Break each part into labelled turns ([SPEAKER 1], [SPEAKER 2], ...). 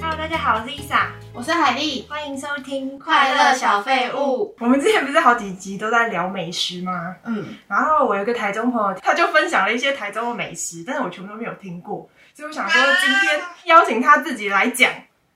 [SPEAKER 1] 好，我是 Lisa，
[SPEAKER 2] 我是海丽，
[SPEAKER 1] 欢迎收听《
[SPEAKER 2] 快乐小废物。
[SPEAKER 1] 我们之前不是好几集都在聊美食吗？
[SPEAKER 2] 嗯，
[SPEAKER 1] 然后我有一个台中朋友，他就分享了一些台中的美食，但是我全部都没有听过，所以我想说
[SPEAKER 2] 啊
[SPEAKER 1] 今天邀请他自己来讲。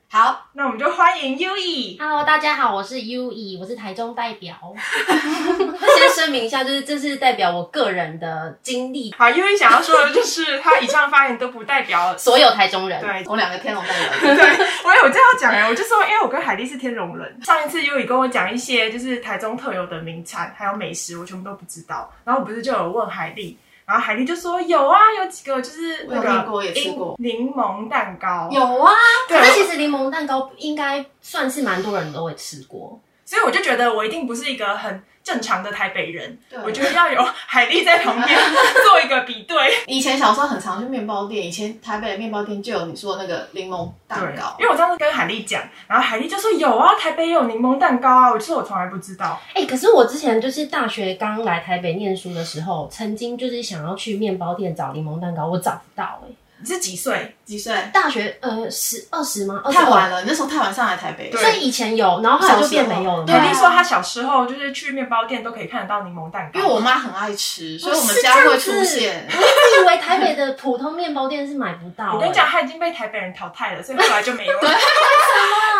[SPEAKER 2] 好，
[SPEAKER 1] 那我们就欢迎 U E。
[SPEAKER 3] Hello，大家好，我是 U E，我是台中代表。
[SPEAKER 4] 先声明一下，就是这是代表我个人的经历，
[SPEAKER 1] 好，U E 想要说的就是他以上发言都不代表。
[SPEAKER 4] 所有台中人。
[SPEAKER 1] 对，
[SPEAKER 2] 我两个天龙代表。
[SPEAKER 1] 对，我有这样讲哎、我就说，因为我跟海丽是天龙人。上一次优宇跟我讲一些就是台中特有的名产还有美食，我全部都不知道。然后我不是就有问海丽，然后海丽就说有啊，有几个就是那
[SPEAKER 2] 我有听
[SPEAKER 1] 个
[SPEAKER 2] 过也吃过
[SPEAKER 1] 柠檬蛋糕，
[SPEAKER 4] 有啊，
[SPEAKER 1] 对
[SPEAKER 4] 可是其实柠檬蛋糕应该算是蛮多人都会吃过。
[SPEAKER 1] 所以我就觉得我一定不是一个很正常的台北人
[SPEAKER 2] 对，
[SPEAKER 1] 我觉得要有海丽在旁 边做一个比对，
[SPEAKER 2] 以前小时候很常去面包店，以前台北的面包店就有你说的那个柠檬蛋糕
[SPEAKER 1] 因。为我上次跟海丽讲，然后海丽就说有啊，台北也有柠檬蛋糕啊，我就说我从来不知道。
[SPEAKER 3] 哎、可是我之前就是大学刚来台北念书的时候，曾经就是想要去面包店找柠檬蛋糕，我找不到哎、
[SPEAKER 1] 你是几岁？
[SPEAKER 2] 几岁？
[SPEAKER 3] 大学呃十二十吗？
[SPEAKER 2] 太晚
[SPEAKER 3] 了，
[SPEAKER 2] 了，你那时候太晚上来台北。
[SPEAKER 1] 对
[SPEAKER 3] 所以以前有，然后后来就变没有了。
[SPEAKER 2] 对啊
[SPEAKER 1] 海丽说她小时候就是去面包店都可以看得到柠檬蛋糕，
[SPEAKER 2] 因为我妈很爱吃，所以我们
[SPEAKER 3] 是
[SPEAKER 2] 家
[SPEAKER 3] 这样
[SPEAKER 2] 会
[SPEAKER 3] 子
[SPEAKER 2] 出现。
[SPEAKER 3] 我一直以为台北的普通面包店是买不到、哎
[SPEAKER 1] 我跟你讲，，她已经被台北人淘汰了，所以后来就没有 了。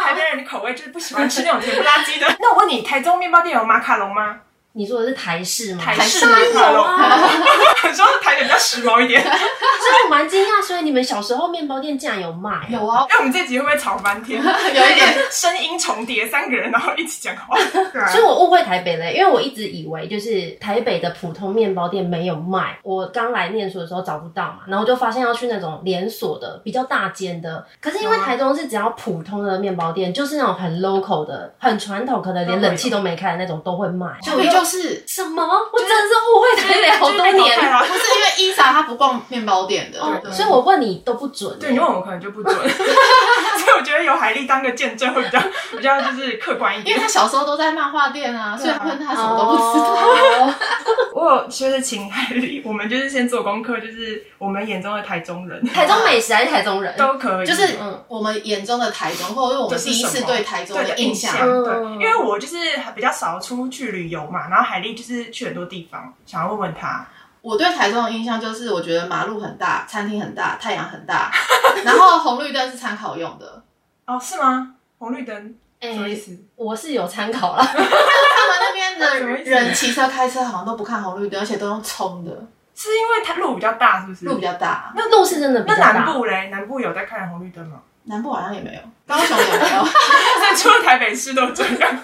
[SPEAKER 1] 台北人的口味就是不喜欢吃那种甜不拉几的。 那我问你，台中面包店有马卡龙吗？
[SPEAKER 3] 你说的是台式吗？
[SPEAKER 1] 台式
[SPEAKER 2] 式
[SPEAKER 1] 马卡
[SPEAKER 3] 有
[SPEAKER 1] 龙，
[SPEAKER 3] 啊，
[SPEAKER 1] 你说台北比较时髦一点。哎
[SPEAKER 3] 所以我蛮惊讶，所以你们小时候面包店竟然有卖，
[SPEAKER 2] 有啊，
[SPEAKER 1] 那我们这集会不会吵翻天？
[SPEAKER 2] 有一点。
[SPEAKER 1] 声音重叠，三个人然后一起讲话。对啊
[SPEAKER 3] 所以我误会台北了，因为我一直以为就是台北的普通面包店没有卖，我刚来念书的时候找不到嘛，然后就发现要去那种连锁的、比较大间的。可是因为
[SPEAKER 1] 有啊
[SPEAKER 3] 台中是只要普通的面包店，就是那种很 local 的、很传统，可能连冷气都没开的那种都会卖。
[SPEAKER 2] 台北就是
[SPEAKER 3] 什么？我真的是误会台北好多
[SPEAKER 1] 就是被淘汰
[SPEAKER 3] 年。
[SPEAKER 1] 了
[SPEAKER 2] 不是因为伊莎她不逛面包店的，
[SPEAKER 3] 哦
[SPEAKER 1] 对
[SPEAKER 3] 所以我问你都不准、
[SPEAKER 1] 对，你问我可能就不 准，所以我觉得有海丽当个见证会比较比较就是客观一
[SPEAKER 2] 因为
[SPEAKER 1] 点。
[SPEAKER 2] 她小时候都在漫画店啊，所以问她什么都不知
[SPEAKER 3] 哦
[SPEAKER 2] 道。
[SPEAKER 3] 道。
[SPEAKER 1] 我有就是请海丽，我们就是先做功课，就是我们眼中的台中人
[SPEAKER 3] 台中美食还是台中人？
[SPEAKER 1] 都可以，
[SPEAKER 2] 呃就是
[SPEAKER 3] 嗯
[SPEAKER 2] 我们眼中的台中，或者是我
[SPEAKER 1] 就
[SPEAKER 2] 们
[SPEAKER 1] 是
[SPEAKER 2] 第一次
[SPEAKER 1] 什么
[SPEAKER 2] 对台中
[SPEAKER 1] 对
[SPEAKER 2] 的
[SPEAKER 1] 的
[SPEAKER 2] 印
[SPEAKER 1] 印
[SPEAKER 2] 象
[SPEAKER 1] 象。。
[SPEAKER 3] 嗯
[SPEAKER 1] 对，因为我就是比较少出去旅游嘛，然后海丽就是去很多地方，想要问问她，
[SPEAKER 2] 我对台中的印象就是，我觉得马路很大，餐厅很大，太阳很大，然后红绿灯是参考用的。
[SPEAKER 1] 哦，是吗？红绿灯
[SPEAKER 3] 哎、
[SPEAKER 1] 什么意思？
[SPEAKER 3] 我是有参考啦。
[SPEAKER 2] 他们那边 的
[SPEAKER 1] 什么意思
[SPEAKER 2] 人骑车、开车好像都不看红绿灯，而且都用冲的，
[SPEAKER 1] 是因为它路比较大，是不是？
[SPEAKER 2] 路比较大。
[SPEAKER 3] 那路是真的比
[SPEAKER 1] 那
[SPEAKER 3] 较
[SPEAKER 1] 南
[SPEAKER 3] 大，
[SPEAKER 1] 部嘞？南部有在看红绿灯吗？
[SPEAKER 2] 南部好像也没有，高雄也没有，
[SPEAKER 1] 但除了台北市都这样，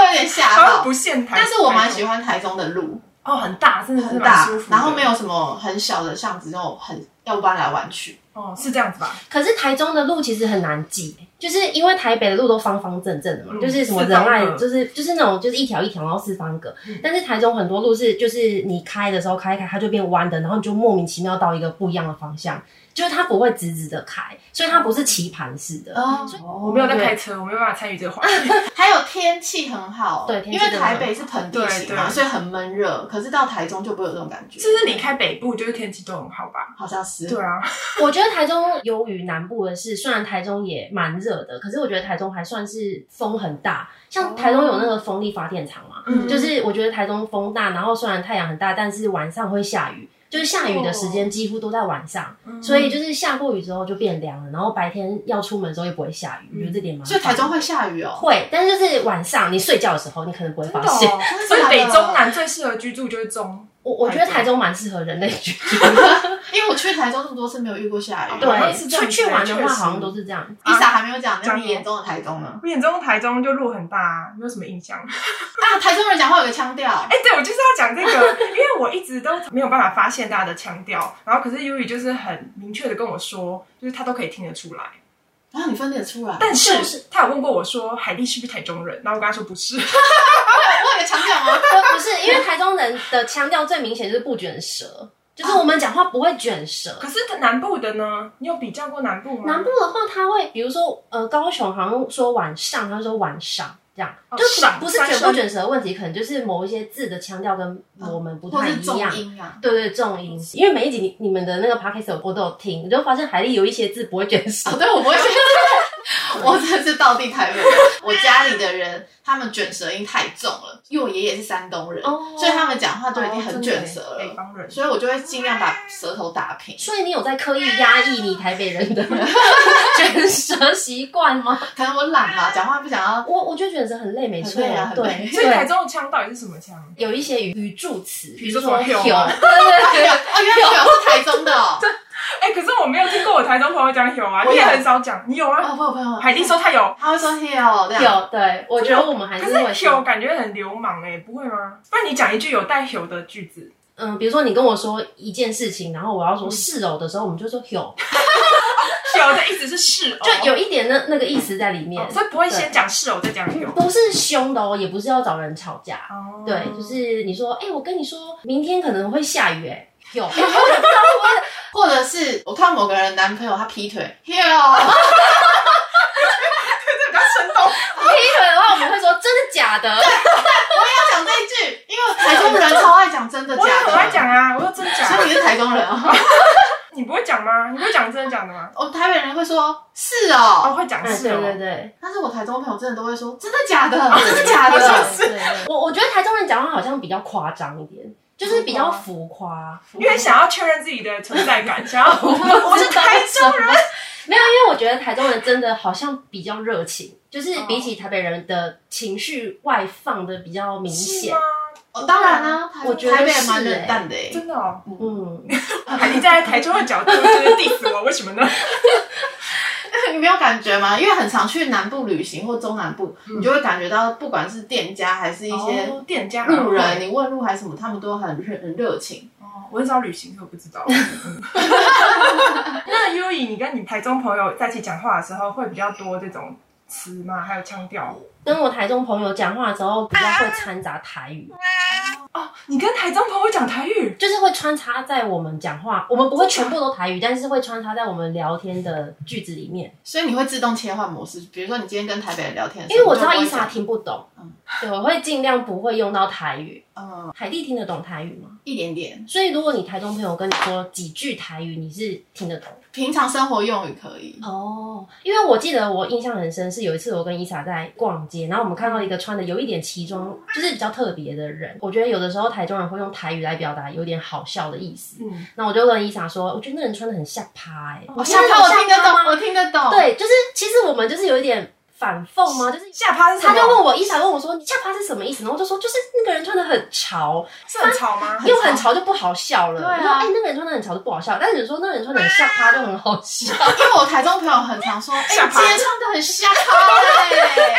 [SPEAKER 2] 我有点吓
[SPEAKER 1] 好像
[SPEAKER 2] 到
[SPEAKER 1] 不。限台。
[SPEAKER 2] 但是我蛮喜
[SPEAKER 1] 欢
[SPEAKER 2] 欢台中的路，
[SPEAKER 1] 哦，很大，真的是
[SPEAKER 2] 很
[SPEAKER 1] 蛮
[SPEAKER 2] 大
[SPEAKER 1] 舒，服的。
[SPEAKER 2] 然后没有什么很小的巷子，那种很要弯来弯去。
[SPEAKER 1] 哦，是这样子吧？
[SPEAKER 3] 可是台中的路其实很难记，就是因为台北的路都方方正正的嘛，
[SPEAKER 1] 嗯
[SPEAKER 3] 就是什么
[SPEAKER 1] 四
[SPEAKER 3] 仁
[SPEAKER 1] 方格嗯
[SPEAKER 3] 爱，就是就是那种就是一条一条，然后四方格。但是台中很多路是，就是你开的时候开一开，它就变弯的，然后你就莫名其妙到一个不一样的方向，就是它不会直直的开，所以它不是棋盘式的。
[SPEAKER 1] 嗯
[SPEAKER 2] 哦，
[SPEAKER 1] 我
[SPEAKER 2] 我
[SPEAKER 1] 没有在开车，我没有办法参与这个话题。
[SPEAKER 2] 还有天气很好，
[SPEAKER 3] 对天气
[SPEAKER 2] 因为
[SPEAKER 3] 真的很
[SPEAKER 2] 台北是盆地型
[SPEAKER 1] 对
[SPEAKER 2] 嘛，
[SPEAKER 1] 对
[SPEAKER 2] 所以很闷热。可是到台中就不会有这种感觉，
[SPEAKER 1] 就是离开北部，就是天气都很好吧？
[SPEAKER 2] 好像是
[SPEAKER 1] 对啊，
[SPEAKER 3] 我觉得台中优于南部的是，虽然台中也蛮热的，可是我觉得台中还算是风很大，像台中有那个风力发电厂嘛，
[SPEAKER 1] 嗯
[SPEAKER 3] 就是我觉得台中风大，然后虽然太阳很大，但是晚上会下雨，就是下雨的时间几乎都在晚上，
[SPEAKER 1] 嗯
[SPEAKER 3] 所以就是下过雨之后就变凉了，然后白天要出门的时候也不会下雨，
[SPEAKER 1] 嗯
[SPEAKER 3] 我觉得这点蛮棒。
[SPEAKER 2] 所以台中会下雨哦。
[SPEAKER 3] 会，但是就是晚上你睡觉的时候，你可能不会
[SPEAKER 1] 真
[SPEAKER 3] 发
[SPEAKER 1] 的
[SPEAKER 3] 现。
[SPEAKER 1] 哦。
[SPEAKER 2] 真的
[SPEAKER 1] 所以
[SPEAKER 2] 假的
[SPEAKER 1] 北中南最适合居住就是中，
[SPEAKER 3] 我我觉得台中蛮适合人类 居住的，
[SPEAKER 2] 因为我去台中这么多次没有遇过下雨。
[SPEAKER 1] 好像
[SPEAKER 3] 哦对，啊
[SPEAKER 1] 是这样
[SPEAKER 3] 出
[SPEAKER 1] 子
[SPEAKER 3] 去玩的
[SPEAKER 1] 确
[SPEAKER 3] 话
[SPEAKER 1] 实
[SPEAKER 3] 好像都是这样。
[SPEAKER 2] 伊莎还没有讲，那
[SPEAKER 1] 讲
[SPEAKER 2] 你眼中的台
[SPEAKER 3] 嗯
[SPEAKER 2] 中呢？
[SPEAKER 1] 我眼中台中就路很大、啊，没有什么印象。
[SPEAKER 2] 啊，台中人讲话有个腔调，
[SPEAKER 1] 哎、对，我就是要讲这个，因为我一直都没有办法发现大家的腔调，然后可是优宇就是很明确的跟我说，就是他都可以听得出来。
[SPEAKER 2] 然后你分得出来。
[SPEAKER 1] 但是、
[SPEAKER 3] 就是
[SPEAKER 1] 他有问过我说，海丽是不是台中人？然后我跟他说不是，
[SPEAKER 2] 我有个腔调吗？
[SPEAKER 3] 不不是，因为台中人的腔调最明显就是不卷舌，就是我们讲话不会卷舌。
[SPEAKER 1] 可是南部的呢？你有比较过南部吗？
[SPEAKER 3] 南部的话，他会比如说，呃，高雄好像说晚上，他说晚上这样，
[SPEAKER 1] 哦
[SPEAKER 3] 就
[SPEAKER 1] 上
[SPEAKER 3] 不不是
[SPEAKER 1] 三
[SPEAKER 3] 卷
[SPEAKER 1] 声
[SPEAKER 3] 不卷舌的问题，可能就是某一些字的腔调跟我们不
[SPEAKER 2] 或
[SPEAKER 3] 太
[SPEAKER 2] 是
[SPEAKER 3] 一
[SPEAKER 2] 重
[SPEAKER 3] 样。
[SPEAKER 2] 音啊？
[SPEAKER 3] 对对，重音，因为每
[SPEAKER 2] 哦
[SPEAKER 3] 一集你你们的那个 podcast 我都有听，你就发现海丽有一些字不会卷舌
[SPEAKER 2] 哦，，对，我不会觉得我真是到地台北了。我家里的人，他们卷舌音太重了，因为我爷爷是山东人，
[SPEAKER 3] 哦
[SPEAKER 2] 所以他们讲话都已经很卷舌
[SPEAKER 3] 哎
[SPEAKER 1] 北
[SPEAKER 2] 了，
[SPEAKER 1] 方人，
[SPEAKER 2] 所以我就会尽量把舌头打平。
[SPEAKER 3] 所以你有在刻意压抑你台北人的 卷舌习惯吗？
[SPEAKER 2] 可能我懒吧，讲话不想要。
[SPEAKER 3] 我我觉得卷舌很累，没错，
[SPEAKER 2] 很累啊很累
[SPEAKER 3] 对
[SPEAKER 1] 所以台
[SPEAKER 3] 对，
[SPEAKER 1] 中的腔到底是什么腔？
[SPEAKER 3] 有一些语语助词，
[SPEAKER 1] 比如说
[SPEAKER 3] 说
[SPEAKER 1] 什么
[SPEAKER 3] “有”，
[SPEAKER 1] 有
[SPEAKER 2] 哎呦，哦，原来你有是台中的哦。
[SPEAKER 1] 哎、可是我没有听过我台中朋友讲有啊，
[SPEAKER 2] 我有
[SPEAKER 1] 你也很少讲，你有啊？
[SPEAKER 2] 哦，我有朋友，
[SPEAKER 1] 海蒂说他有，
[SPEAKER 2] 他会说 hill 这样。
[SPEAKER 3] 有，对，我觉得我们还
[SPEAKER 1] 可
[SPEAKER 3] 是
[SPEAKER 1] 是
[SPEAKER 3] 会
[SPEAKER 1] 有
[SPEAKER 3] 说，
[SPEAKER 1] 感觉很流氓哎、不会吗？不然你讲一句有带有的句子，
[SPEAKER 3] 嗯，比如说你跟我说一件事情，然后我要
[SPEAKER 1] 嗯
[SPEAKER 3] 说是哦的时候，我们就说有，
[SPEAKER 1] 有的意思是是偶，
[SPEAKER 3] 就有一点那那个意思在里面
[SPEAKER 1] 哦，所以不会先讲是偶再讲有。
[SPEAKER 3] 不是凶的哦，也不是要找人吵架，
[SPEAKER 1] 哦
[SPEAKER 3] 对，就是你说，哎、我跟你说，明天可能会下雨、哎， 有，哎我不知道会不会
[SPEAKER 2] 或者是我看某个人男朋友他劈腿 hill，
[SPEAKER 1] 这比较生动。
[SPEAKER 3] 劈腿的话，我们会说真的 假的，
[SPEAKER 2] 他讲这一句，因为台中人超爱讲真的假
[SPEAKER 1] 我也很爱
[SPEAKER 2] 的。
[SPEAKER 1] 讲啊，我说真假
[SPEAKER 2] 所以你是台中人哦。
[SPEAKER 1] 你不会讲吗？你会讲真的假的吗？
[SPEAKER 2] 我们哦台北人会说是
[SPEAKER 1] 哦，
[SPEAKER 2] 哦，
[SPEAKER 1] 会讲
[SPEAKER 3] 哎
[SPEAKER 1] 是
[SPEAKER 3] 对对
[SPEAKER 1] 哦。
[SPEAKER 3] 对。
[SPEAKER 2] 但是我台中朋友真的都会说真的假的，
[SPEAKER 3] 哦
[SPEAKER 2] 真的假
[SPEAKER 1] 好像
[SPEAKER 2] 的。
[SPEAKER 1] 是
[SPEAKER 3] 对，对我我觉得台中人讲话好像比较夸张一点，
[SPEAKER 1] 哦
[SPEAKER 3] 就是比较浮夸。
[SPEAKER 1] 因为想要确认自己的存在感，想要
[SPEAKER 3] 哦
[SPEAKER 1] 我是台中人，
[SPEAKER 3] 没有，因为我觉得台中人真的好像比较热情，就是
[SPEAKER 1] 哦
[SPEAKER 3] 比起台北人的情绪外放的比较明
[SPEAKER 1] 是
[SPEAKER 3] 显
[SPEAKER 1] 吗。？
[SPEAKER 2] 哦当然啦，台
[SPEAKER 3] 我觉得
[SPEAKER 2] 台北人蛮
[SPEAKER 3] 是欸
[SPEAKER 2] 冷淡的欸诶。
[SPEAKER 1] 真的哦，
[SPEAKER 3] 嗯，
[SPEAKER 1] 你站在台中的角度就是 diss 我，为什么呢？
[SPEAKER 2] 你没有感觉吗？因为很常去南部旅行或中南部，
[SPEAKER 3] 嗯
[SPEAKER 2] 你就会感觉到，不管是店家还是一些
[SPEAKER 1] 哦店家
[SPEAKER 2] 路人，你问路还是什么，他们都很热很热情。
[SPEAKER 1] 哦，我很少旅行，所以我不知 道。那优以，你跟你台中朋友在一起讲话的时候，会比较多这种词吗？还有腔调？
[SPEAKER 3] 跟我台中朋友讲话的时候，比较会掺杂台语，
[SPEAKER 1] 哦，你跟台中朋友讲台语，
[SPEAKER 3] 就是会穿插在我们讲话，我们不会全部都台语，但是会穿插在我们聊天的句子里面。
[SPEAKER 2] 所以你会自动切换模式，比如说你今天跟台北人聊天的时
[SPEAKER 3] 因
[SPEAKER 2] 候，
[SPEAKER 3] 为我知道
[SPEAKER 2] 你
[SPEAKER 3] 伊
[SPEAKER 2] 就不会
[SPEAKER 3] 莎
[SPEAKER 2] 讲，
[SPEAKER 3] 听不懂
[SPEAKER 2] 嗯，
[SPEAKER 3] 对，我会尽量不会用到台语。
[SPEAKER 2] 嗯，
[SPEAKER 3] 海蒂听得懂台语吗？
[SPEAKER 2] 一点点，
[SPEAKER 3] 所以，如果你台中朋友跟你说几句台语，你是听得懂
[SPEAKER 2] 平常生活用语可以。
[SPEAKER 3] 哦。因为我记得我印象很深，是有一次我跟伊莎在逛街，然后我们看到一个穿的有一点奇装，就是比较特别的人。我觉得有的时候台中人会用台语来表达有点好笑的意思。
[SPEAKER 1] 嗯，
[SPEAKER 3] 那我就跟伊莎说，我觉得那人穿的很下趴哎、欸，
[SPEAKER 2] 我
[SPEAKER 3] 你
[SPEAKER 2] 下
[SPEAKER 3] 觉得
[SPEAKER 2] 趴我
[SPEAKER 3] 有
[SPEAKER 2] 听得
[SPEAKER 3] 趴
[SPEAKER 2] 懂，
[SPEAKER 3] 吗
[SPEAKER 2] 我听得懂。，
[SPEAKER 3] 对，就是其实我们就是有一点反讽吗？就是。
[SPEAKER 1] 下趴是什
[SPEAKER 3] 他
[SPEAKER 1] 么？
[SPEAKER 3] 就问我，伊莎问我说：“你下趴是什么意思？”然后我就说：“就是那个人穿的很潮，
[SPEAKER 1] 是很吵吗？
[SPEAKER 3] 又很潮就不好笑了。
[SPEAKER 2] 对啊
[SPEAKER 3] 你说哎、那个人穿的很潮就不好笑，但是你说那个人穿的很下趴就很好笑。
[SPEAKER 2] 因为我台中朋友很 常说，哎，
[SPEAKER 1] 下
[SPEAKER 2] 你
[SPEAKER 1] 趴
[SPEAKER 2] 今天穿的很下 趴
[SPEAKER 1] 哎、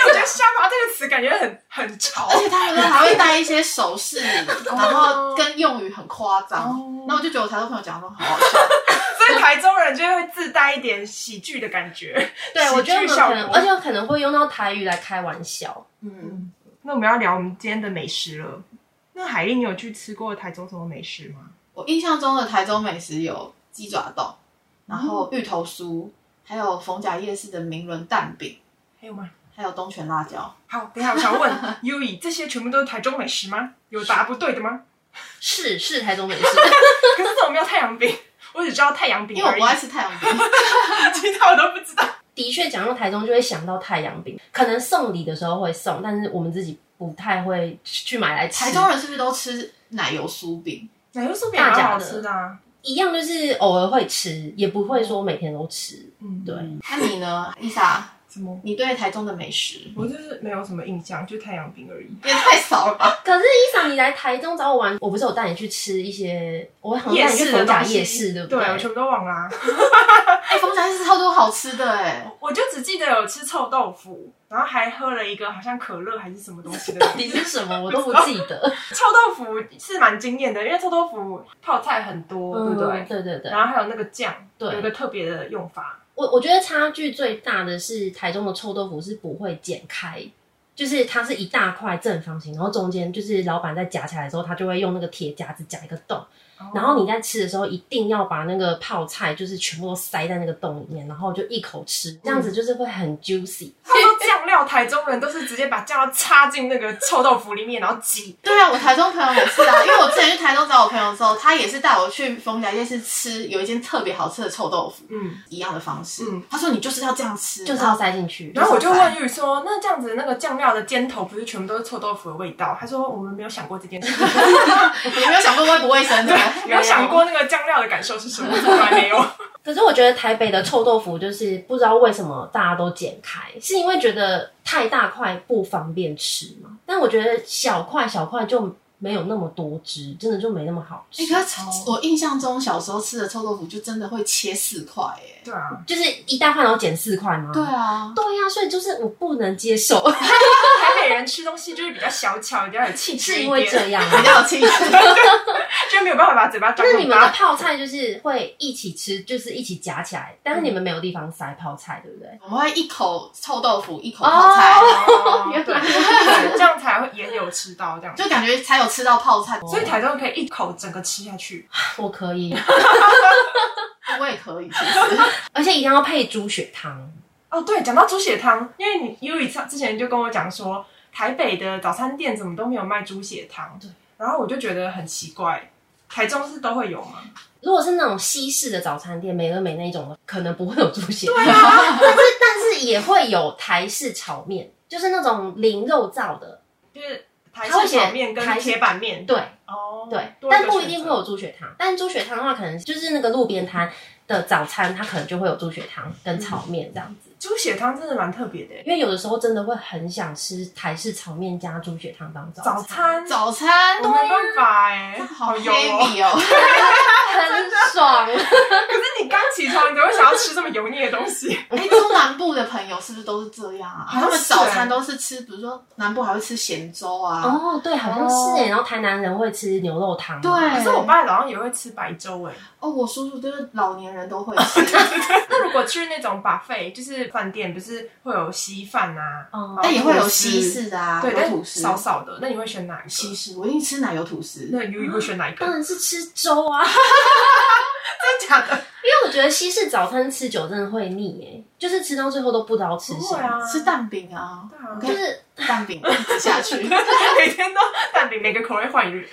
[SPEAKER 1] 我觉
[SPEAKER 2] 哎
[SPEAKER 1] 得。下趴这个词感觉很很潮
[SPEAKER 2] 而。且他们都还会带一些手势，然后跟用语很夸张
[SPEAKER 1] 哦，
[SPEAKER 2] 那我就觉得我台中朋友讲的都很好笑。
[SPEAKER 1] 所以台中人就会自带一点喜剧的感觉。
[SPEAKER 3] 对，我觉得
[SPEAKER 1] 喜
[SPEAKER 3] 我
[SPEAKER 1] 剧
[SPEAKER 3] 们
[SPEAKER 1] 效
[SPEAKER 3] 可能，而
[SPEAKER 1] 果。
[SPEAKER 3] 且我可能会用到台语来开玩笑。
[SPEAKER 2] 嗯，
[SPEAKER 1] 那我们要聊我们今天的美食了。那海丽，你有去吃过台中什么美食吗？
[SPEAKER 2] 我印象中的台中美食有鸡爪冻，然后芋头
[SPEAKER 1] 哦
[SPEAKER 2] 酥，还有逢甲夜市的明伦蛋饼，
[SPEAKER 1] 还有吗？
[SPEAKER 2] 还有东泉辣椒。
[SPEAKER 1] 好，等一下我想问优以，这些全部都是台中美食吗？有答不对的吗？
[SPEAKER 3] 是是台中 美食，
[SPEAKER 1] 可是怎么没有太阳饼？我只知道太阳饼
[SPEAKER 2] 因为我
[SPEAKER 1] 而已
[SPEAKER 2] 不，爱吃太 阳饼，
[SPEAKER 1] 其他我都不知道。
[SPEAKER 3] 的确讲到台中就会想到太阳饼，可能送礼的时候会送，但是我们自己不太会去买来吃。
[SPEAKER 2] 台中人是不是都吃奶油酥饼？
[SPEAKER 1] 奶油酥饼
[SPEAKER 3] 大
[SPEAKER 1] 蛮
[SPEAKER 3] 甲
[SPEAKER 1] 好
[SPEAKER 3] 的
[SPEAKER 1] 吃的、啊，
[SPEAKER 3] 一样就是偶尔会吃，也不会说每天都吃。
[SPEAKER 1] 嗯，
[SPEAKER 3] 对，
[SPEAKER 2] 那你呢，伊莎？
[SPEAKER 1] 什么？
[SPEAKER 2] 你对台中的美食
[SPEAKER 1] 我就是没有什么印象，就太阳饼而已。
[SPEAKER 2] 也太少了吧？
[SPEAKER 3] 可是伊莎，你来台中找我玩，我不是有带你去吃一些，我好像带你去逢甲夜市，对不
[SPEAKER 1] 对，我
[SPEAKER 3] 对
[SPEAKER 1] 全部都忘啦、
[SPEAKER 2] 哎、逢甲夜市超多好吃的哎、
[SPEAKER 1] 我就只记得有吃臭豆腐，然后还喝了一个好像可乐还是什么东西的东西。
[SPEAKER 3] 你是什么我都不记得。
[SPEAKER 1] 臭豆腐是蛮惊艳的，因为臭豆腐泡菜很多，对不对？
[SPEAKER 3] 嗯对对对。
[SPEAKER 1] 然后还有那个酱，
[SPEAKER 3] 对
[SPEAKER 1] 有一个特别的用法。
[SPEAKER 3] 我我觉得差距最大的是台中的臭豆腐是不会剪开，就是它是一大块正方形，然后中间就是老板在夹起来的时候，他就会用那个铁夹子夹一个洞，
[SPEAKER 1] 哦
[SPEAKER 3] 然后你在吃的时候一定要把那个泡菜就是全部都塞在那个洞里面，然后就一口吃，这样子就是会很 juicy。
[SPEAKER 1] 他说酱料台中人都是直接把酱料插进那个臭豆腐里面，然后挤。
[SPEAKER 2] 对啊，我台中朋友也是啊，因为我之前去台中找我朋友的时候，他也是带我去逢甲夜市吃有一间特别好吃的臭豆腐，
[SPEAKER 1] 嗯，
[SPEAKER 2] 一样的方式。
[SPEAKER 1] 嗯
[SPEAKER 2] 他说你就是要这样吃，
[SPEAKER 3] 就是
[SPEAKER 2] 然
[SPEAKER 3] 要
[SPEAKER 2] 后
[SPEAKER 3] 塞进去。
[SPEAKER 1] 然后我就问玉说：“那这样子，那个酱料的尖头不是全部都是臭豆腐的味道？”他说：“我们没有想过这件事，
[SPEAKER 2] 你没有想过卫不卫生对吧？
[SPEAKER 1] 没有想过那个酱料的感受是什么，从来没有。
[SPEAKER 3] 可是我觉得台北的臭豆腐就是不知道为什么大家都剪开，是因为觉得太大块不方便吃嘛？但我觉得小块小块就没有那么多汁，真的就没那么好吃
[SPEAKER 2] 哎、。可是我印象中小时候吃的臭豆腐就真的会切四块哎耶”。
[SPEAKER 1] 对啊，
[SPEAKER 3] 就是一大块然后剪四块吗？
[SPEAKER 2] 对啊，
[SPEAKER 3] 对呀、所以就是我不能接受，
[SPEAKER 1] 台北人吃东西就是比较小巧，比较有气质
[SPEAKER 3] 是
[SPEAKER 1] 一
[SPEAKER 3] 因为
[SPEAKER 1] 点，
[SPEAKER 3] 这 样
[SPEAKER 2] 比
[SPEAKER 3] 吗？
[SPEAKER 2] 较有气势。
[SPEAKER 1] 就没有办法把嘴巴张
[SPEAKER 3] 那你
[SPEAKER 1] 很
[SPEAKER 3] 们的
[SPEAKER 1] 大。
[SPEAKER 3] 泡菜就是会一起吃，就是一起夹起来，但是你们没有地方塞泡菜，对不对？
[SPEAKER 2] 我们会一口臭豆腐，一口泡菜，
[SPEAKER 1] 哦对，对这样才会也有吃到这样。
[SPEAKER 2] 就感觉才有吃到泡菜。
[SPEAKER 1] 所以台中可以一口整个吃下去，
[SPEAKER 3] 我可以，
[SPEAKER 2] 我也可以，其实
[SPEAKER 3] 而且一定要配猪血汤。
[SPEAKER 1] 哦，对，讲到猪血汤，因为你因为之前就跟我讲说，台北的早餐店怎么都没有卖猪血汤，
[SPEAKER 3] 对，
[SPEAKER 1] 然后我就觉得很奇怪，台中是都会有吗？
[SPEAKER 3] 如果是那种西式的早餐店，美而美那一种的，可能不会有猪血汤，
[SPEAKER 1] 啊
[SPEAKER 3] 但是但是也会有台式炒面，就是那种零肉燥的，
[SPEAKER 1] 就是台
[SPEAKER 3] 它会
[SPEAKER 1] 式
[SPEAKER 3] 写
[SPEAKER 1] 炒面跟
[SPEAKER 3] 台式
[SPEAKER 1] 铁板面，
[SPEAKER 3] 对
[SPEAKER 1] 哦，
[SPEAKER 3] 对，
[SPEAKER 1] 多
[SPEAKER 3] 但
[SPEAKER 1] 个
[SPEAKER 3] 不
[SPEAKER 1] 选
[SPEAKER 3] 一定会
[SPEAKER 1] 择
[SPEAKER 3] 有猪血汤。但猪血汤的话，可能就是那个路边摊的早餐，它可能就会有猪血汤跟炒面这样子。
[SPEAKER 1] 猪血汤，真的蛮特别的。
[SPEAKER 3] 因为有的时候真的会很想吃台式炒面加猪血汤当早餐，
[SPEAKER 1] 早餐
[SPEAKER 2] 早餐
[SPEAKER 1] 我没办法哎、
[SPEAKER 2] 好
[SPEAKER 1] 油哦！
[SPEAKER 2] heavy 哦，
[SPEAKER 3] 很 爽。
[SPEAKER 1] 可是你刚起床，你怎么会想要吃这么油腻的东西？
[SPEAKER 2] 哎，中南部的朋友是不是都是这样啊？
[SPEAKER 1] 好像
[SPEAKER 2] 他们
[SPEAKER 1] 是
[SPEAKER 2] 早
[SPEAKER 1] 欸
[SPEAKER 2] 餐都是吃，比如说南部还会吃咸粥啊。
[SPEAKER 3] 哦，对，好像是哎。然后台南人会吃牛肉汤，啊
[SPEAKER 2] 对，
[SPEAKER 1] 可是我爸早上也会吃白粥哎、
[SPEAKER 2] 哦，我叔叔就是老年人 都会吃。
[SPEAKER 1] 那如果去那种 buffet，就是饭店，不是会有稀饭啊，
[SPEAKER 3] 哦
[SPEAKER 1] 然后
[SPEAKER 2] 但也会有
[SPEAKER 1] 吐司
[SPEAKER 2] 西式的啊，
[SPEAKER 1] 对，
[SPEAKER 2] 有吐
[SPEAKER 1] 但
[SPEAKER 2] 司、
[SPEAKER 1] 少少的。那你会选哪一
[SPEAKER 2] 西
[SPEAKER 1] 个？
[SPEAKER 2] 式，我一定吃奶油吐司。
[SPEAKER 1] 那鱼鱼会选哪一个？
[SPEAKER 3] 当然是吃粥啊，
[SPEAKER 1] 真的假的？
[SPEAKER 3] 因为我觉得西式早餐吃久真的会腻哎，就是吃到最后都不知道吃什
[SPEAKER 1] 不会
[SPEAKER 3] 么，
[SPEAKER 1] 啊，
[SPEAKER 2] 吃蛋饼啊，
[SPEAKER 1] 对啊，
[SPEAKER 3] 就是
[SPEAKER 2] 蛋饼一直下去。
[SPEAKER 1] 每天都蛋饼，每个口味换一遍。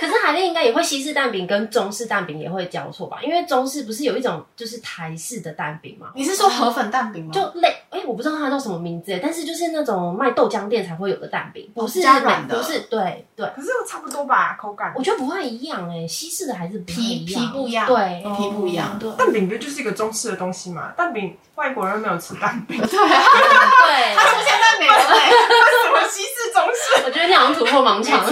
[SPEAKER 3] 可是海丽应该也会西式蛋饼跟中式蛋饼也会交错吧？因为中式不是有一种就是台式的蛋饼嘛，
[SPEAKER 2] 你是说河粉蛋饼吗？
[SPEAKER 3] 就类哎、我不知道它叫什么名字哎，但是就是那种卖豆浆店才会有的蛋饼，不是
[SPEAKER 2] 哦加软
[SPEAKER 3] 每
[SPEAKER 2] 的
[SPEAKER 3] 不是对对，
[SPEAKER 1] 可是差不多吧，口感
[SPEAKER 3] 我。觉得不会一样哎，西式的还是不太
[SPEAKER 2] 皮
[SPEAKER 3] 一样
[SPEAKER 2] 皮不一样
[SPEAKER 3] 对
[SPEAKER 1] 哦
[SPEAKER 2] 皮不一样。
[SPEAKER 3] 对
[SPEAKER 1] 蛋饼不就是一个中式的东西嘛？蛋饼外国人没有吃蛋饼，
[SPEAKER 2] 对啊，
[SPEAKER 3] 对，
[SPEAKER 2] 它出现在美国 欸。
[SPEAKER 1] 什么西式中式？
[SPEAKER 3] 我觉得你好像突破盲肠。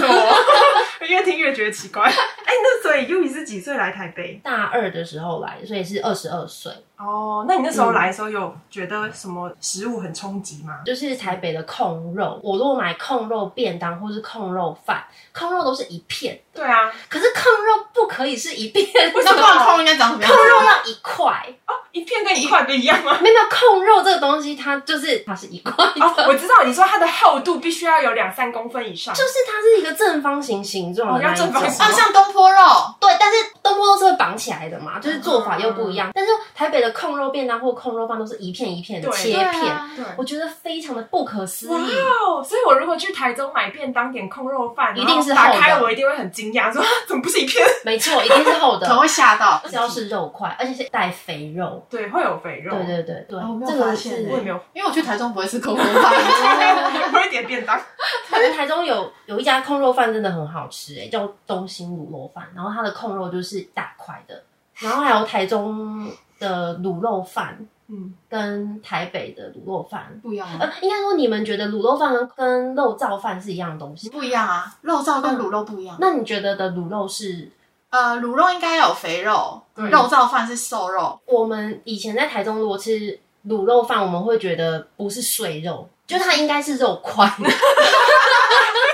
[SPEAKER 1] 越听越觉得奇怪。哎，那所以 U 你是几岁来台北？
[SPEAKER 3] 大二的时候来，所以是二十二岁，
[SPEAKER 1] 哦，那你那时候来的时候有觉得什么食物很冲击吗？
[SPEAKER 3] 就是台北的控肉。我如果买控肉便当或是控肉饭，控肉都是一片，
[SPEAKER 1] 对啊，
[SPEAKER 3] 可是控肉不可以是一片，为
[SPEAKER 2] 那不然控应该长什么样
[SPEAKER 3] 控？肉要一块，
[SPEAKER 1] 一片跟一块不一样吗？
[SPEAKER 3] 没有没有控肉这个东西，它就是它是一块 的，
[SPEAKER 1] 哦，我知道你说它的厚度必须要有两三公分以上，
[SPEAKER 3] 就是它是一个正方形形状的
[SPEAKER 1] 哦要
[SPEAKER 3] 那一种。
[SPEAKER 1] 正方形
[SPEAKER 2] 啊，像东坡肉。
[SPEAKER 3] 对，但是东坡肉是会绑起来的嘛，就是做法又不
[SPEAKER 1] 嗯
[SPEAKER 3] 一样。但是台北的控肉便当或控肉饭都是一片一片的
[SPEAKER 1] 对
[SPEAKER 3] 切
[SPEAKER 2] 对
[SPEAKER 3] 片，
[SPEAKER 2] 啊
[SPEAKER 1] 对
[SPEAKER 3] 我觉得非常的不可思
[SPEAKER 1] 哇
[SPEAKER 3] 议。
[SPEAKER 1] 哦！所以我如果去台中买便当点控肉饭，
[SPEAKER 3] 一定是
[SPEAKER 1] 然后
[SPEAKER 3] 厚
[SPEAKER 1] 打
[SPEAKER 3] 的
[SPEAKER 1] 开，我一定会很惊讶，说 啊怎么不是一片？
[SPEAKER 3] 没错，一定是厚
[SPEAKER 2] 可能
[SPEAKER 3] 的，
[SPEAKER 2] 会吓到。
[SPEAKER 3] 只要是肉块，而且是带肥肉。
[SPEAKER 1] 对，会有肥肉。
[SPEAKER 3] 对对对对，
[SPEAKER 2] 哦我没有
[SPEAKER 3] 这个
[SPEAKER 2] 发现
[SPEAKER 3] 是
[SPEAKER 2] 欸
[SPEAKER 1] 我也没有，
[SPEAKER 2] 因为我去台中不会吃空锅饭，
[SPEAKER 1] 我会点便当。
[SPEAKER 3] 但是台中有有一家控肉饭真的很好吃、欸，叫东兴卤肉饭，然后它的控肉就是大块的，然后还有台中的卤肉饭
[SPEAKER 1] 嗯，
[SPEAKER 3] 跟台北的卤肉饭，
[SPEAKER 2] 不一样啊吗？
[SPEAKER 3] 呃，应该说你们觉得卤肉饭跟跟肉燥饭是一样的东西，
[SPEAKER 2] 不一样啊，肉燥跟卤肉不一样。
[SPEAKER 3] 那你觉得的卤肉是？
[SPEAKER 2] 呃，卤肉应该有肥肉，
[SPEAKER 1] 对
[SPEAKER 2] 肉燥饭是瘦肉，
[SPEAKER 3] 我们以前在台中如果吃卤肉饭，我们会觉得不是碎肉，就它应该是肉块。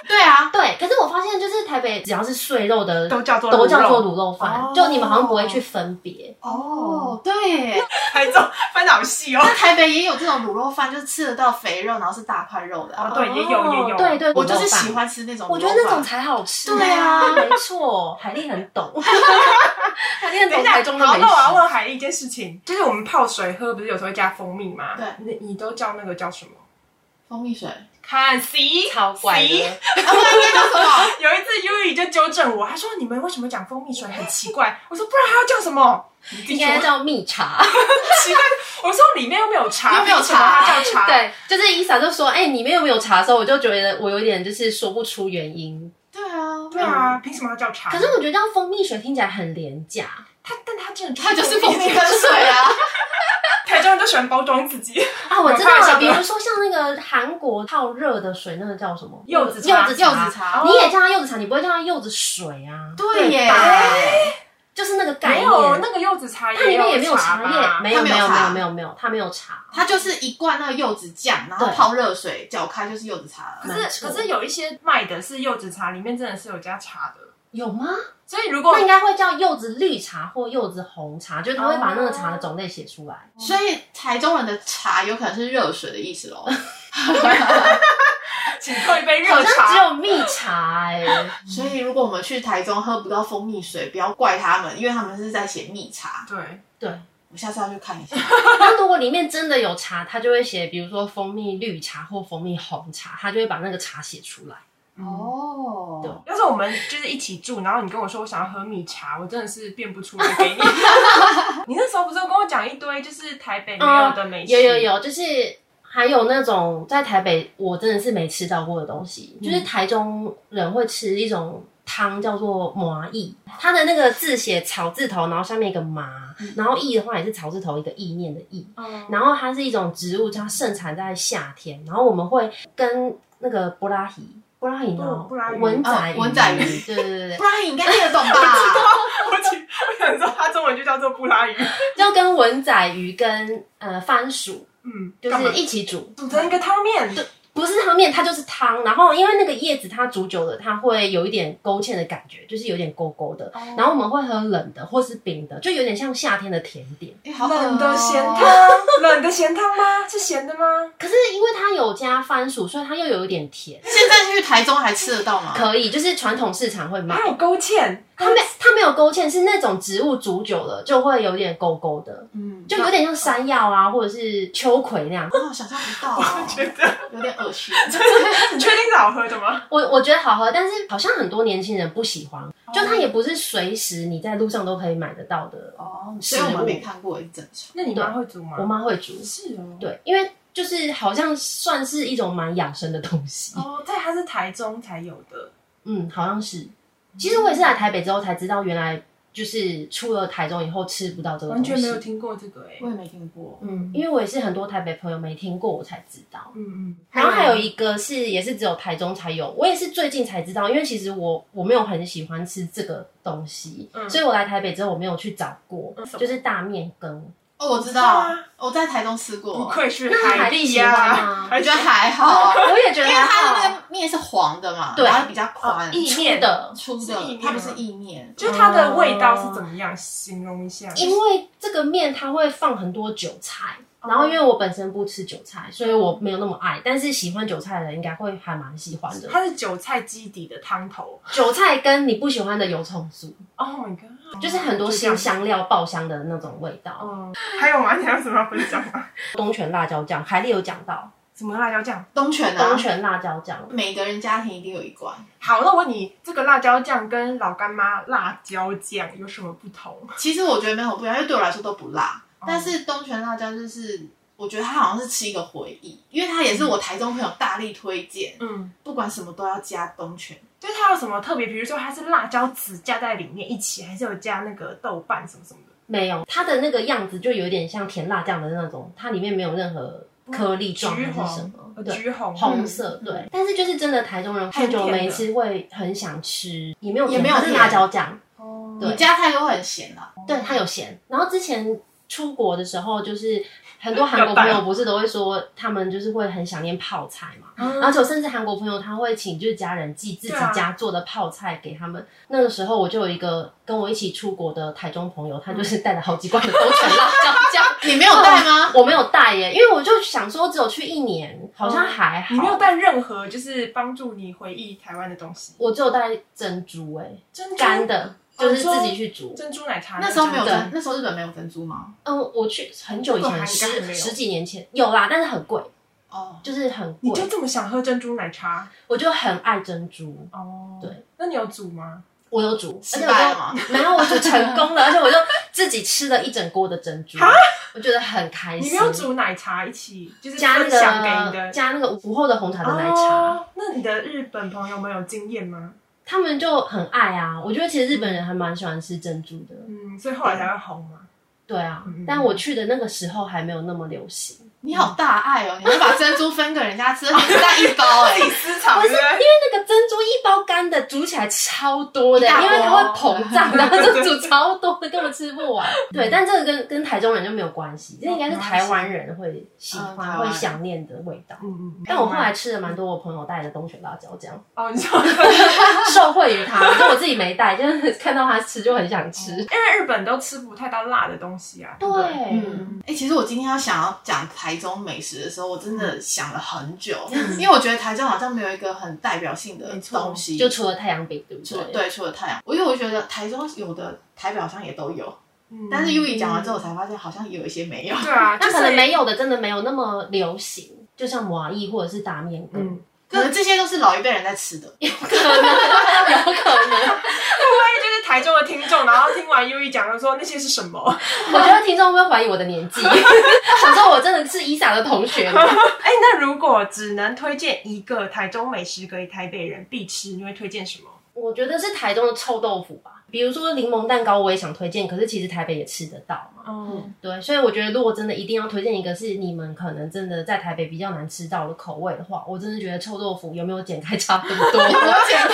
[SPEAKER 2] 对啊，
[SPEAKER 3] 对，可是我发现就是台北只要是碎肉的
[SPEAKER 1] 都叫做
[SPEAKER 3] 都叫
[SPEAKER 1] 卤肉
[SPEAKER 3] 做卤肉饭，
[SPEAKER 1] 哦
[SPEAKER 3] 就你们好像不会去分别。
[SPEAKER 2] 哦，对耶，
[SPEAKER 1] 台中分好细哦。
[SPEAKER 2] 那台北也有这种卤肉饭，就是吃得到肥肉，然后是大块肉的、
[SPEAKER 1] 哦，
[SPEAKER 2] 啊。
[SPEAKER 1] 对，也有也有。
[SPEAKER 3] 对对，
[SPEAKER 2] 我就是
[SPEAKER 3] 卤肉饭
[SPEAKER 2] 喜。欢吃那种卤肉
[SPEAKER 3] 我
[SPEAKER 2] 饭，
[SPEAKER 3] 觉得那种才好吃，
[SPEAKER 2] 对啊
[SPEAKER 3] 没错，海丽很懂， 海丽很
[SPEAKER 1] 等
[SPEAKER 3] 懂
[SPEAKER 1] 一下
[SPEAKER 3] 台，中的
[SPEAKER 1] 好，
[SPEAKER 3] 美
[SPEAKER 1] 那我要
[SPEAKER 3] 食。
[SPEAKER 1] 问海一件事情，就是我们泡水喝不是有时候会加蜂蜜吗？
[SPEAKER 2] 对
[SPEAKER 1] 你你都叫那个叫什么？
[SPEAKER 2] 蜂蜜水。啊，
[SPEAKER 1] 看 C
[SPEAKER 3] 超怪的
[SPEAKER 1] C。
[SPEAKER 2] 不然应该叫什么？
[SPEAKER 1] 有一次优里就纠正我，他说你们为什么讲蜂蜜水很奇怪？我说不然还要叫什么？你自己
[SPEAKER 3] 应
[SPEAKER 1] 说
[SPEAKER 3] 该叫蜜茶。
[SPEAKER 1] 奇怪。我说里面又没有茶，
[SPEAKER 2] 又没有
[SPEAKER 1] 为什么它叫茶。，
[SPEAKER 3] 对，就是伊莎就说：“哎、你们有没有茶？”的时候，我就觉得我有点就是说不出原因。
[SPEAKER 2] 对啊，
[SPEAKER 1] 对啊，凭什么要叫茶？
[SPEAKER 3] 可是我觉得叫蜂蜜水听起来很廉价，
[SPEAKER 1] 他，但他真的
[SPEAKER 2] 它就是蜂蜜
[SPEAKER 1] 水
[SPEAKER 2] 跟水啊。
[SPEAKER 1] 台中人都喜欢包装自 己，
[SPEAKER 3] 啊，我知道
[SPEAKER 1] 我看一下
[SPEAKER 3] 了，比如说像那个韩国泡热的水，那个叫什么？
[SPEAKER 1] 柚子茶
[SPEAKER 3] 柚子 茶。
[SPEAKER 2] 柚子茶
[SPEAKER 3] 你也叫它柚子茶，你不会叫它柚子水啊？
[SPEAKER 2] 对耶，
[SPEAKER 1] 哎
[SPEAKER 3] 就是那个概
[SPEAKER 1] 没
[SPEAKER 3] 念。
[SPEAKER 1] 有那个柚子茶，
[SPEAKER 3] 它里面也没有茶
[SPEAKER 1] 吧
[SPEAKER 3] 叶，没有
[SPEAKER 2] 它没
[SPEAKER 3] 没
[SPEAKER 2] 有
[SPEAKER 3] 有没
[SPEAKER 2] 茶
[SPEAKER 3] 有没有没有，它没有茶。
[SPEAKER 2] 它就是一罐那个柚子酱，然后
[SPEAKER 3] 对
[SPEAKER 2] 泡热水搅开就是柚子茶了。
[SPEAKER 1] 可
[SPEAKER 3] 没
[SPEAKER 1] 是
[SPEAKER 3] 错
[SPEAKER 1] 可是有一些卖的是柚子茶，里面真的是有加茶的，
[SPEAKER 3] 有吗？
[SPEAKER 1] 所以如果
[SPEAKER 3] 那应该会叫柚子绿茶或柚子红茶，就是它会把那个茶的种类写出来。
[SPEAKER 2] 所以台中人的茶有可能是热水的意思 喽。
[SPEAKER 1] 请喝一杯
[SPEAKER 3] 好
[SPEAKER 1] 热
[SPEAKER 3] 像只
[SPEAKER 1] 茶，
[SPEAKER 3] 有蜜茶哎、
[SPEAKER 2] 所以如果我们去台中喝不到蜂蜜水，不要怪他们，因为他们是在写蜜茶。
[SPEAKER 1] 对，
[SPEAKER 3] 对，
[SPEAKER 2] 我下次要去看一下。
[SPEAKER 3] 那如果里面真的有茶，它就会写，比如说蜂蜜绿茶或蜂蜜红茶，它就会把那个茶写出来。
[SPEAKER 1] 哦。
[SPEAKER 2] 哦，
[SPEAKER 3] 对
[SPEAKER 1] 要是我们就是一起住，然后你跟我说我想要喝米茶，我真的是变不出来给你。 你那时候不是跟我讲一堆就是台北没有的美食？
[SPEAKER 3] 有有，有，就是还有那种在台北我真的是没吃到过的东西，
[SPEAKER 1] 嗯
[SPEAKER 3] 就是台中人会吃一种。汤叫做麻意，它的那个字写草字头，然后下面一个麻，然后意的话也是草字头一个意念的意，
[SPEAKER 1] 嗯，
[SPEAKER 3] 然后它是一种植物，它盛产在夏天。然后我们会跟那个布拉提，布拉提呢
[SPEAKER 1] 布布拉鱼，
[SPEAKER 3] 文仔
[SPEAKER 2] 哦文仔鱼
[SPEAKER 3] 对对对对
[SPEAKER 2] 不，然你应该听得懂 吧？
[SPEAKER 1] 我去，我想说它中文就叫做布拉鱼。
[SPEAKER 3] 就跟文仔鱼跟呃番薯
[SPEAKER 1] 嗯，
[SPEAKER 3] 就
[SPEAKER 1] 干嘛
[SPEAKER 3] 是一起煮，
[SPEAKER 1] 煮成一个汤面，
[SPEAKER 3] 不是汤面，它就是汤。然后因为那个叶子它煮久了，它会有一点勾芡的感觉，就是有点勾勾的。然后我们会喝冷的或是冰的，就有点像夏天的甜点。
[SPEAKER 2] 哎好恶哦
[SPEAKER 1] 冷的咸汤，冷的咸汤吗？是咸的吗？
[SPEAKER 3] 可是因为它有加番薯，所以它又有一点甜，
[SPEAKER 2] 现在去台中还吃得到吗？
[SPEAKER 3] 可以就是传统市场会卖。
[SPEAKER 1] 还有勾芡，
[SPEAKER 3] 哎它没它没有勾芡，是那种植物煮久了就会有点勾勾的，
[SPEAKER 2] 嗯，
[SPEAKER 3] 就有点像山药啊或者是秋葵那样。
[SPEAKER 2] 啊，想象不到哦，
[SPEAKER 1] 觉得
[SPEAKER 2] 有点恶 心。
[SPEAKER 1] 你确定是好喝的吗？
[SPEAKER 3] 我我觉得好喝，但是好像很多年轻人不喜欢，就它也不是随时你在路上都可以买得到的。
[SPEAKER 2] 哦，所以我们没看过也正常。
[SPEAKER 1] 那你妈会煮吗
[SPEAKER 3] 我？妈会煮，
[SPEAKER 1] 是哦，
[SPEAKER 3] 对，因为就是好像算是一种蛮养生的东西，
[SPEAKER 1] 哦，对，它是台中才有的。
[SPEAKER 3] 嗯，好像是。其实我也是来台北之后才知道，原来就是出了台中以后吃不到这个
[SPEAKER 1] 完
[SPEAKER 3] 东
[SPEAKER 1] 全
[SPEAKER 3] 西，
[SPEAKER 1] 没有听过这个哎、
[SPEAKER 2] 我也没听过。
[SPEAKER 3] 嗯，因为我也是很多台北朋友没听过，我才知道。
[SPEAKER 1] 嗯嗯，
[SPEAKER 3] 然后还有一个是，也是只有台中才有，我也是最近才知道，因为其实我我没有很喜欢吃这个东西，
[SPEAKER 1] 嗯
[SPEAKER 3] 所以我来台北之后我没有去找过，
[SPEAKER 1] 嗯什么
[SPEAKER 3] 就是大面羹，
[SPEAKER 2] 哦，我知
[SPEAKER 1] 我知
[SPEAKER 2] 道
[SPEAKER 1] 道啊，
[SPEAKER 2] 我在台中吃过。
[SPEAKER 1] 不
[SPEAKER 2] 我
[SPEAKER 1] 愧是
[SPEAKER 3] 那你
[SPEAKER 1] 海
[SPEAKER 3] 还
[SPEAKER 1] 蛎
[SPEAKER 3] 喜欢
[SPEAKER 1] 呀、
[SPEAKER 3] 吗？
[SPEAKER 1] 而且
[SPEAKER 2] 觉得还好，
[SPEAKER 3] 我也觉
[SPEAKER 2] 因
[SPEAKER 3] 得
[SPEAKER 2] 为
[SPEAKER 3] 还
[SPEAKER 2] 它
[SPEAKER 3] 好
[SPEAKER 2] 那个面是黄的嘛，
[SPEAKER 3] 对
[SPEAKER 2] 然后比较宽
[SPEAKER 1] 哦，意
[SPEAKER 3] 粗
[SPEAKER 1] 面
[SPEAKER 3] 的，
[SPEAKER 2] 粗
[SPEAKER 1] 是意
[SPEAKER 2] 的
[SPEAKER 1] 面，
[SPEAKER 2] 它不
[SPEAKER 1] 吗
[SPEAKER 2] 是意面。
[SPEAKER 1] 就是它的味道是怎么样？形容一下。
[SPEAKER 3] 因为这个面它会放很多韭菜，然后因为我本身不吃韭菜，所以我没有那么爱，但是喜欢韭菜的人应该会还蛮喜欢的。
[SPEAKER 1] 它是韭菜基底的汤头。
[SPEAKER 3] 韭菜跟你不喜欢的油葱酥，
[SPEAKER 1] Oh my god！
[SPEAKER 3] 就是很多新香料爆香的那种味道。
[SPEAKER 1] 嗯，还有吗？你还有什么要分享吗？
[SPEAKER 3] 东泉辣椒酱，海丽有讲到
[SPEAKER 1] 什么辣椒酱？
[SPEAKER 2] 东泉啊
[SPEAKER 3] 东，泉辣椒酱，
[SPEAKER 2] 每个人家庭一定有一罐。
[SPEAKER 1] 好，那我问你，这个辣椒酱跟老干妈辣椒酱有什么不同？
[SPEAKER 2] 其实我觉得没有不一样，因为对我来说都不辣。
[SPEAKER 1] 哦
[SPEAKER 2] 但是东泉辣椒就是，我觉得它好像是吃一个回忆，因为它也是我台中朋友大力推荐，
[SPEAKER 1] 嗯，
[SPEAKER 2] 不管什么都要加东泉。
[SPEAKER 1] 就是它有什么特别？比如说它是辣椒籽加在里面一起，还是有加那个豆瓣什么什么的？
[SPEAKER 3] 没有它的那个样子就有点像甜辣酱的那种，它里面没有任何颗粒状
[SPEAKER 1] 橘
[SPEAKER 3] 还是什
[SPEAKER 1] 红
[SPEAKER 3] 么，
[SPEAKER 1] 呃
[SPEAKER 3] 对，
[SPEAKER 1] 橘红
[SPEAKER 3] 红色
[SPEAKER 2] 嗯
[SPEAKER 3] 对、但是就是真的台中人太久没吃会很想吃，也没有甜
[SPEAKER 2] 也没有
[SPEAKER 3] 它是辣椒酱，
[SPEAKER 1] 哦
[SPEAKER 3] 对
[SPEAKER 2] 你加太多很咸啊了，
[SPEAKER 3] 对它有咸。然后之前出国的时候，就是很多韩国朋
[SPEAKER 1] 要
[SPEAKER 3] 友
[SPEAKER 1] 带
[SPEAKER 3] 不是都会说他们就是会很想念泡菜嘛，
[SPEAKER 1] 嗯
[SPEAKER 3] 而且我甚至韩国朋友他会请就是家人寄自己
[SPEAKER 1] 对啊
[SPEAKER 3] 家做的泡菜给他们。那个时候我就有一个跟我一起出国的台中朋友，他就是带了好几罐的东泉辣椒酱。
[SPEAKER 2] 你没有带吗？
[SPEAKER 3] 我没有带耶，因为我就想说只有去一年，好像还好。
[SPEAKER 1] 哦你没有？带任何就是帮助你回忆台湾的东西，
[SPEAKER 3] 我只有带珍珠哎，
[SPEAKER 1] 珍珠
[SPEAKER 3] 干的，
[SPEAKER 1] 哦
[SPEAKER 3] 就是自己去煮。
[SPEAKER 1] 珍珠奶茶
[SPEAKER 2] 那时候没有
[SPEAKER 1] 珍
[SPEAKER 2] 珍，那时候日本没有珍珠吗？
[SPEAKER 3] 嗯，我去很久以
[SPEAKER 1] 我还
[SPEAKER 3] 前，
[SPEAKER 1] 应该还没
[SPEAKER 3] 十
[SPEAKER 1] 有
[SPEAKER 3] 十几年前有啦，但是很贵。
[SPEAKER 2] 哦，
[SPEAKER 3] 就是很
[SPEAKER 1] 你
[SPEAKER 3] 贵。
[SPEAKER 1] 就这么想喝珍珠奶茶？
[SPEAKER 3] 我就很爱珍珠，
[SPEAKER 1] 哦，
[SPEAKER 3] 对，
[SPEAKER 1] 那你有煮吗？
[SPEAKER 3] 我有煮，而
[SPEAKER 2] 失
[SPEAKER 3] 且
[SPEAKER 2] 败
[SPEAKER 3] 我
[SPEAKER 2] 了 吗？
[SPEAKER 3] 就没有，我就成功了，而且我就自己吃了一整锅的珍珠，我觉得很开
[SPEAKER 1] 你
[SPEAKER 3] 心。
[SPEAKER 1] 没有煮奶茶一起，就是
[SPEAKER 3] 加那
[SPEAKER 1] 分享给你
[SPEAKER 3] 个
[SPEAKER 1] 的
[SPEAKER 3] 加那个午后的红茶的奶茶，
[SPEAKER 1] 哦。那你的日本朋友们有经验吗？
[SPEAKER 3] 他们就很爱啊。我觉得其实日本人还蛮喜欢吃珍珠的，
[SPEAKER 1] 嗯，所以后来才会红 嘛。
[SPEAKER 3] 对啊
[SPEAKER 1] 嗯。
[SPEAKER 3] 但我去的那个时候还没有那么流行，
[SPEAKER 2] 你好大爱哦，你会把珍珠分给人家吃，你只带一包哎、
[SPEAKER 1] 私藏对不对
[SPEAKER 3] 因为那个珍珠一包干的煮起来超多的，
[SPEAKER 2] 一大包
[SPEAKER 3] 因为它会膨 胀，然后就煮超多的，根本吃不完。对，但这个跟跟台中人就没有关系，这应该是台湾人会喜
[SPEAKER 2] 嗯哦台
[SPEAKER 3] 欢、
[SPEAKER 2] 湾
[SPEAKER 3] 会想念的味道。
[SPEAKER 1] 嗯嗯。
[SPEAKER 3] 但我后来吃了蛮多我朋友带的冬雪辣椒酱，
[SPEAKER 1] 哦，你说，
[SPEAKER 3] 受惠于他， 就我自己没带，就是看到他吃就很想
[SPEAKER 2] 哦
[SPEAKER 3] 吃。
[SPEAKER 1] 因为日本都吃不太到辣的东西啊。对不对，
[SPEAKER 3] 嗯，
[SPEAKER 2] 哎、其实我今天要想要讲台中美食的时候，我真的想了很久，
[SPEAKER 3] 嗯
[SPEAKER 2] 因为我觉得台中好像没有一个很代表性的
[SPEAKER 1] 没错
[SPEAKER 2] 东西，
[SPEAKER 3] 就除了太阳饼，对不
[SPEAKER 2] 除了
[SPEAKER 3] 对？，
[SPEAKER 2] 对除了太阳，我因为我觉得台中有的台北好像也都有，
[SPEAKER 1] 嗯
[SPEAKER 2] 但是 U 一讲完之后，我才发现好像有一些没
[SPEAKER 3] 嗯
[SPEAKER 2] 有。
[SPEAKER 1] 对啊，
[SPEAKER 3] 那可能
[SPEAKER 1] 就是
[SPEAKER 3] 没有的真的没有那么流行，就像麻意或者是打面棍，
[SPEAKER 1] 嗯，
[SPEAKER 2] 可能这些都是老一辈人在吃的，
[SPEAKER 3] 嗯有可能。
[SPEAKER 1] 万一就是台中的听众，然后听完 U 一讲，就说那些是什么？
[SPEAKER 3] 我觉得听众会怀疑我的年纪， 想说我真的是伊莎的同学 吗？
[SPEAKER 1] 哎，那如果只能推荐一个台中美食给台北人必吃，你会推荐什么？
[SPEAKER 3] 我觉得是台中的臭豆腐吧，比如说柠檬蛋糕，我也想推荐，可是其实台北也吃得到嘛。
[SPEAKER 1] 哦，
[SPEAKER 3] 对，所以我觉得如果真的一定要推荐一个是你们可能真的在台北比较难吃到的口味的话，我真的觉得臭豆腐有没有剪开差很多。
[SPEAKER 2] 我简单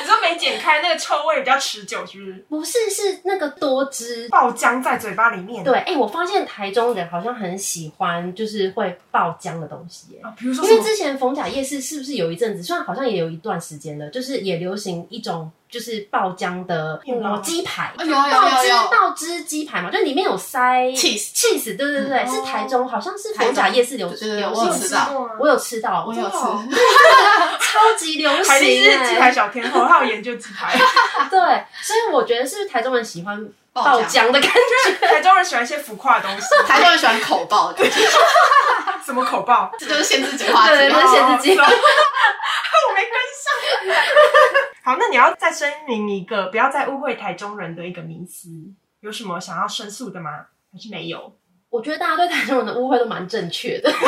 [SPEAKER 1] 你说没剪开那个臭味比较持久，是不是？
[SPEAKER 3] 不是，是那个多汁。
[SPEAKER 1] 爆浆在嘴巴里面。
[SPEAKER 3] 对，哎、我发现台中人好像很喜欢就是会爆浆的东西耶。
[SPEAKER 1] 啊，比如说
[SPEAKER 3] 因
[SPEAKER 1] 什
[SPEAKER 3] 为
[SPEAKER 1] 么？
[SPEAKER 3] 之前逢甲夜市是不是有一阵子，虽然好像也有一段时间了，就是也流行一种就是爆浆的
[SPEAKER 1] 面包
[SPEAKER 3] 嗯鸡排，
[SPEAKER 2] 啊有有有
[SPEAKER 3] 爆汁
[SPEAKER 2] 有
[SPEAKER 3] 爆汁鸡排嘛，就里面有塞
[SPEAKER 2] cheese，
[SPEAKER 3] cheese，对对对，
[SPEAKER 1] 嗯
[SPEAKER 3] 是台中，好像是
[SPEAKER 2] 台
[SPEAKER 3] 逢
[SPEAKER 2] 中
[SPEAKER 3] 甲夜市流
[SPEAKER 2] 哦对对对
[SPEAKER 3] 流
[SPEAKER 2] 我有
[SPEAKER 3] 行
[SPEAKER 2] 吃
[SPEAKER 1] 吃
[SPEAKER 2] 到
[SPEAKER 1] 过啊
[SPEAKER 3] 我有吃到，
[SPEAKER 2] 我有
[SPEAKER 1] 真的哦
[SPEAKER 2] 吃，
[SPEAKER 3] 超级流行、
[SPEAKER 1] 海丽是鸡排
[SPEAKER 3] 欸，
[SPEAKER 1] 小天后，她有研究鸡排。
[SPEAKER 3] 对，所以我觉得是不是台中人喜欢
[SPEAKER 2] 爆
[SPEAKER 3] 哦爆
[SPEAKER 2] 浆。
[SPEAKER 3] 浆的感觉？
[SPEAKER 1] 台中人喜欢一些浮夸的东西，
[SPEAKER 2] 台中人喜欢口爆的，
[SPEAKER 1] 什么口爆？
[SPEAKER 2] 这就是限制级话
[SPEAKER 3] 对
[SPEAKER 2] 题
[SPEAKER 3] 对对
[SPEAKER 2] 嘛。
[SPEAKER 3] 限制鸡
[SPEAKER 1] 哦我没跟上。 好，那你要再声明一个，不要再误会台中人的一个迷思，有什么想要申诉的吗？还是没有？
[SPEAKER 3] 我觉得大家对台中人的误会都蛮正确的，
[SPEAKER 1] 你们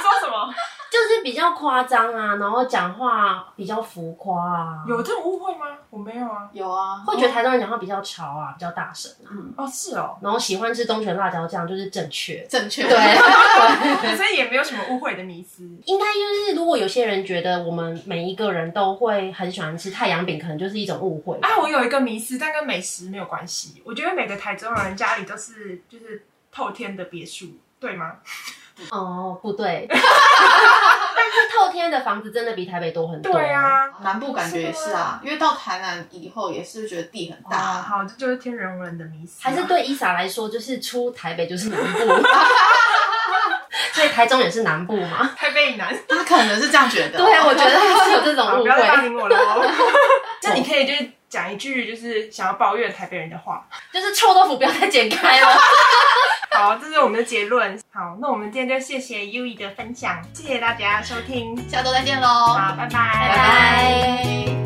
[SPEAKER 1] 说什么？
[SPEAKER 3] 就是比较夸张啊，然后讲话比较浮夸啊，
[SPEAKER 1] 有这种误会吗？我没有啊。
[SPEAKER 2] 有啊，。
[SPEAKER 3] 会觉得台中人讲话比较潮啊，比较大声啊，
[SPEAKER 1] 哦，是 哦，
[SPEAKER 3] 然后喜欢吃东泉辣椒酱就是正确
[SPEAKER 2] 正确。
[SPEAKER 3] 对，
[SPEAKER 1] 所以也没有什么误会的迷思。
[SPEAKER 3] 应该就是如果有些人觉得我们每一个人都会很喜欢吃太阳饼，可能就是一种误会吧。
[SPEAKER 1] 啊，我有一个迷思，但跟美食没有关系。我觉得每个台中人家里都是就是透天的别墅，对吗？
[SPEAKER 3] 哦，不对， 但是透天的房子真的比台北多很多。
[SPEAKER 1] 对，啊，
[SPEAKER 2] 南部感觉也是啊，因为到台南以后也是觉得地很
[SPEAKER 1] 啊，
[SPEAKER 2] 大，
[SPEAKER 1] 好，这就是天人人的迷思啊。
[SPEAKER 3] 还是对伊莎来说，就是出台北就是南部， 所以台中也是南部 嘛。
[SPEAKER 1] 太被难，
[SPEAKER 2] 他可能是这样觉得。
[SPEAKER 3] 对，啊我觉得他是有这
[SPEAKER 1] 好
[SPEAKER 3] 啊种误
[SPEAKER 1] 啊不要再霸
[SPEAKER 3] 会，
[SPEAKER 1] 凌我了哦。那你可以就是讲一句就是想要抱怨台北人的话。
[SPEAKER 3] 就是臭豆腐不要再剪开了。
[SPEAKER 1] 好，这是我们的结论。好，那我们今天就谢谢 U E 的分享，谢谢大家收听。
[SPEAKER 2] 下周再见喽，
[SPEAKER 1] 好，拜拜
[SPEAKER 3] 拜拜。